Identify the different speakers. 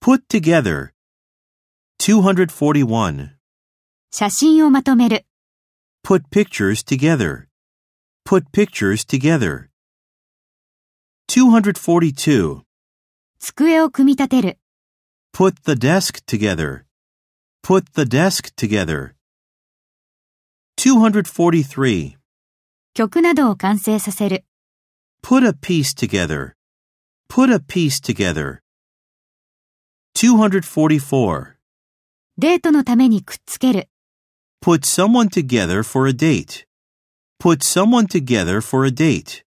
Speaker 1: Put together. 241.
Speaker 2: 写真をまとめる、
Speaker 1: Put pictures together. Put pictures together. 242.
Speaker 2: 机を組み立てる、
Speaker 1: Put the desk together. Put the desk together. 243.
Speaker 2: 曲などを完成させる、
Speaker 1: Put a piece together. Put a piece together. 244.
Speaker 2: デートのためにくっつける、
Speaker 1: Put someone together for a date. Put someone together for a date.